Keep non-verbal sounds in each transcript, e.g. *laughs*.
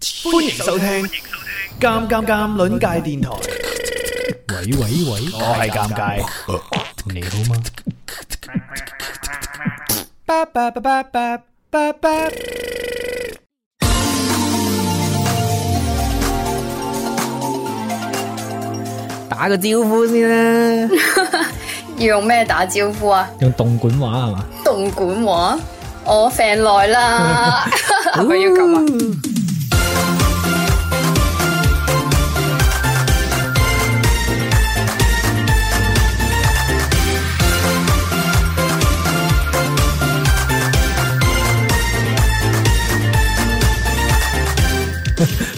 歡迎收聽《尷尷尷》鄰界電台。喂喂喂，我係尷尬，你好嗎？巴巴巴巴巴巴巴。打個招呼先啦。要用咩打招呼啊？用動管話係嘛？動管話，我 friend 耐 *laughs* 啦，係咪要咁啊？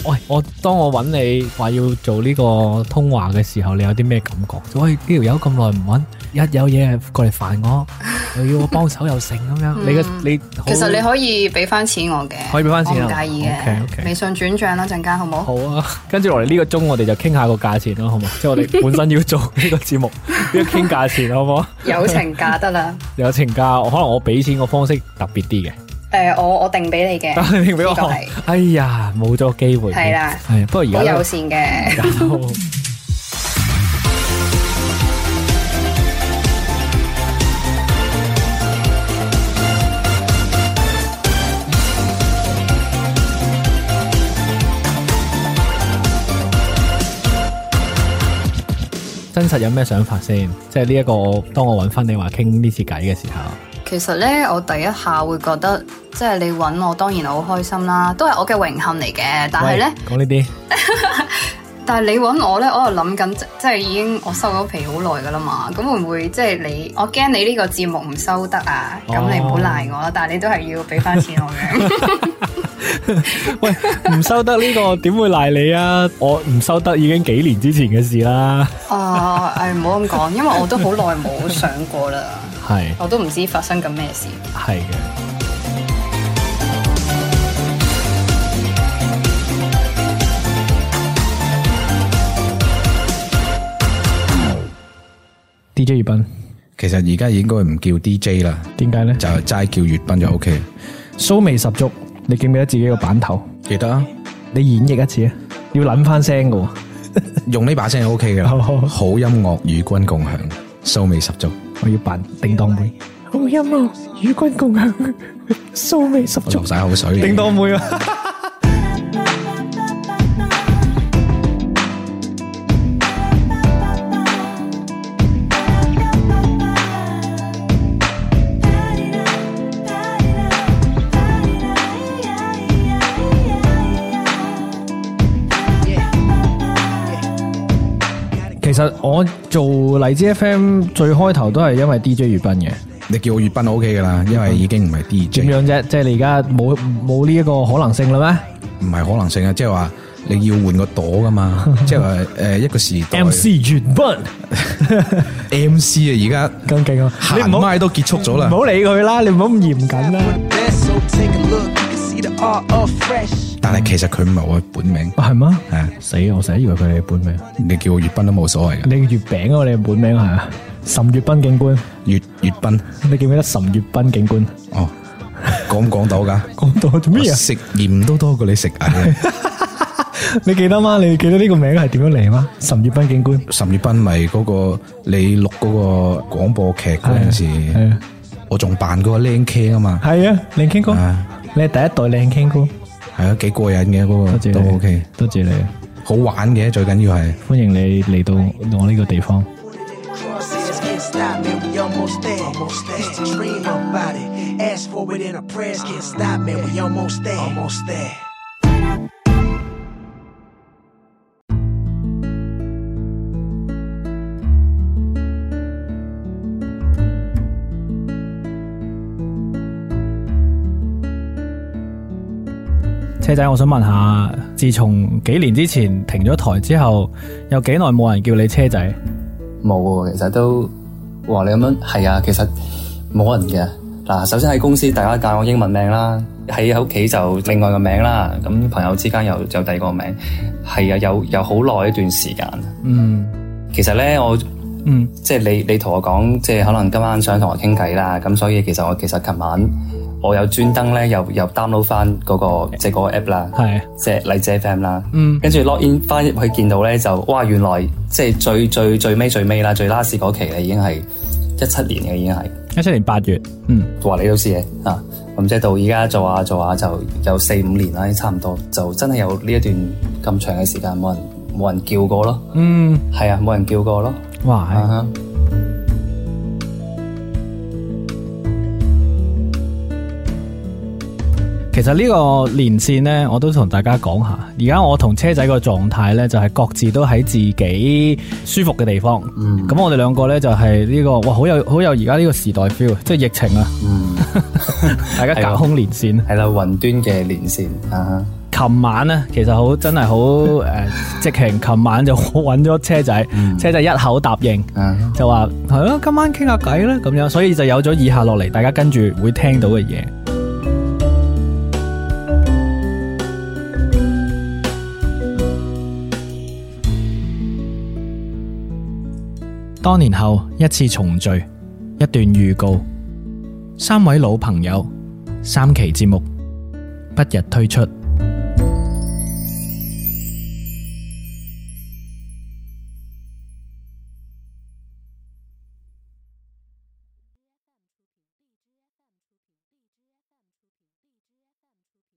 喂，我當我揾你話要做呢個通話嘅時候，你有啲咩感覺？喂，呢條友咁耐唔揾，一有嘢過嚟煩我，又要我幫手又成咁樣。你嘅你好，嗯其實你可以俾翻錢我嘅，可以俾返錢啊我唔介意 OK，OK 嘅。微信轉賬啦，陣間好冇？好啊。跟住落嚟呢個鐘，我哋就傾下個價錢咯，好唔好？即係我哋本身要做呢個節目， *laughs* 要傾價錢，好唔好？友情價 *laughs* 得啦，有情價，可能我俾錢個方式特別啲嘅，誒，我我定俾 *laughs* 你嘅，但係你俾 *laughs* 我呢個係，哎呀，冇咗機會。係啦係不過而好家友都善嘅。有。真實有咩想法先？即係呢一個，當我揾翻你話傾呢次偈嘅時候，其實咧，我第一下會覺得，即係你揾我，當然我好開心啦，都係我嘅榮幸嚟嘅。但係咧喂，講呢啲， *laughs* 但係你揾我咧，我又諗緊，即即係已經我收咗皮好耐噶啦嘛，咁會唔會即係你？我驚你呢個節目唔收得啊，咁、哦你唔好賴我啦。但係你都係要俾翻錢我嘅，喂，唔收得呢、個點會賴你啊？我唔收得已經幾年之前嘅事啦，啊，唉唔好咁講，因為我都好耐冇上過啦，係我都唔知發生緊咩事。係嘅。DJ 葉斌，其實而家應該唔叫 DJ 啦，點解呢？就係齋叫粵賓就 OK。騷味十足，你記唔記得自己個版頭？記得啊，你演繹一次啊，要諗翻聲噶。用呢把聲就 OK *laughs* 噶啦。好音樂與君共享，騷味十足。我要扮叮當妹。好音樂，與君共享，騷味十我流晒口水。 *laughs* 叮當妹啊！其實我做荔枝 FM 最開頭都係因為 DJ 粵斌嘅，你叫我粵賓 OK 噶啦，啊因為已經唔係點 DJ，樣啫？即係你而家冇冇呢一個可能性啦唔係可能性啊，即係話你要換個朵 *laughs* 噶嘛，即係話誒一個時代。 MC 粵 *laughs* 斌 MC 啊，而家咁勁啊！你行唔好麥都結束咗啦唔，好理佢啦，你唔好咁嚴謹啦。 So take a look, you can see the art of fresh. 但係其實佢唔係我本名，係嗎？係啊死！我成日以為佢哋本名，你叫我粵賓都冇所謂嘅。你月餅啊！你本名係啊？岑月斌警官，粵粵賓，你記唔記得岑月斌警官？哦，講唔講到噶？講到做咩啊？食鹽都多過你食蟻啊。你記得嗎？你記得呢個名係點樣嚟嗎？岑月斌警官岑月斌咪嗰個你錄嗰個廣播劇嗰陣係時啊，我仲扮嗰個靚 K 啊嘛，係啊，靚 King 哥，啊你係第一代靚 King 哥，係啊幾過癮嘅嗰個多謝都你 OK，多謝你，好玩嘅最緊要係歡迎你嚟到我呢個地方。 Crosshairs can't stop me, we almost there. Almost there. Used to dream about it, ask for it in our prayers. Can't stop me, we almost there. Almost there. 車仔，我想問下，自從幾年之前停咗台之後，有幾耐冇人叫你車仔？冇喎，其實都哇你咁樣係啊，其實冇人嘅。嗱，首先喺公司大家教我英文名啦，喺屋企就另外個名啦，咁朋友之間又有第二個名，係啊，有有好耐一段時間。嗯其實咧，我嗯，即係你你同我講，即係可能今晚想同我傾偈啦，咁所以其實我其實琴晚我有專登咧又又 download 翻嗰個即係嗰個 app 啦，係即係荔枝 FM 啦。嗯，跟住 log in 翻入去見到咧就哇，原來即係最最最尾最尾啦，最 last 嗰期咧已經係一七年嘅已經係。一七年八月，嗯話你都知嘅啊，咁即係到而家做下做下就有四五年啦，差唔多就真係有呢一段咁長嘅時間冇人冇人叫過咯，嗯，係啊，冇人叫過咯，哇！啊哈其實呢個連線呢，我都同大家講下。而家我同車仔個狀態呢，就係各自都喺自己舒服嘅地方。咁、嗯我哋兩個呢，就係呢、個，哇，好有好有而家呢個時代 feel，即係疫情啊，嗯，大家隔空連啊線。係啦，雲端嘅連線啊哈，琴晚呢，其實好真係好誒即興。琴晚就我揾咗車仔，車仔一口答應，啊哈就話係咯，今晚傾下偈啦咁樣，所以就有咗以下落嚟大家跟住會聽到嘅嘢。多年後一次重聚，一段預告，三位老朋友，三期節目不日推出。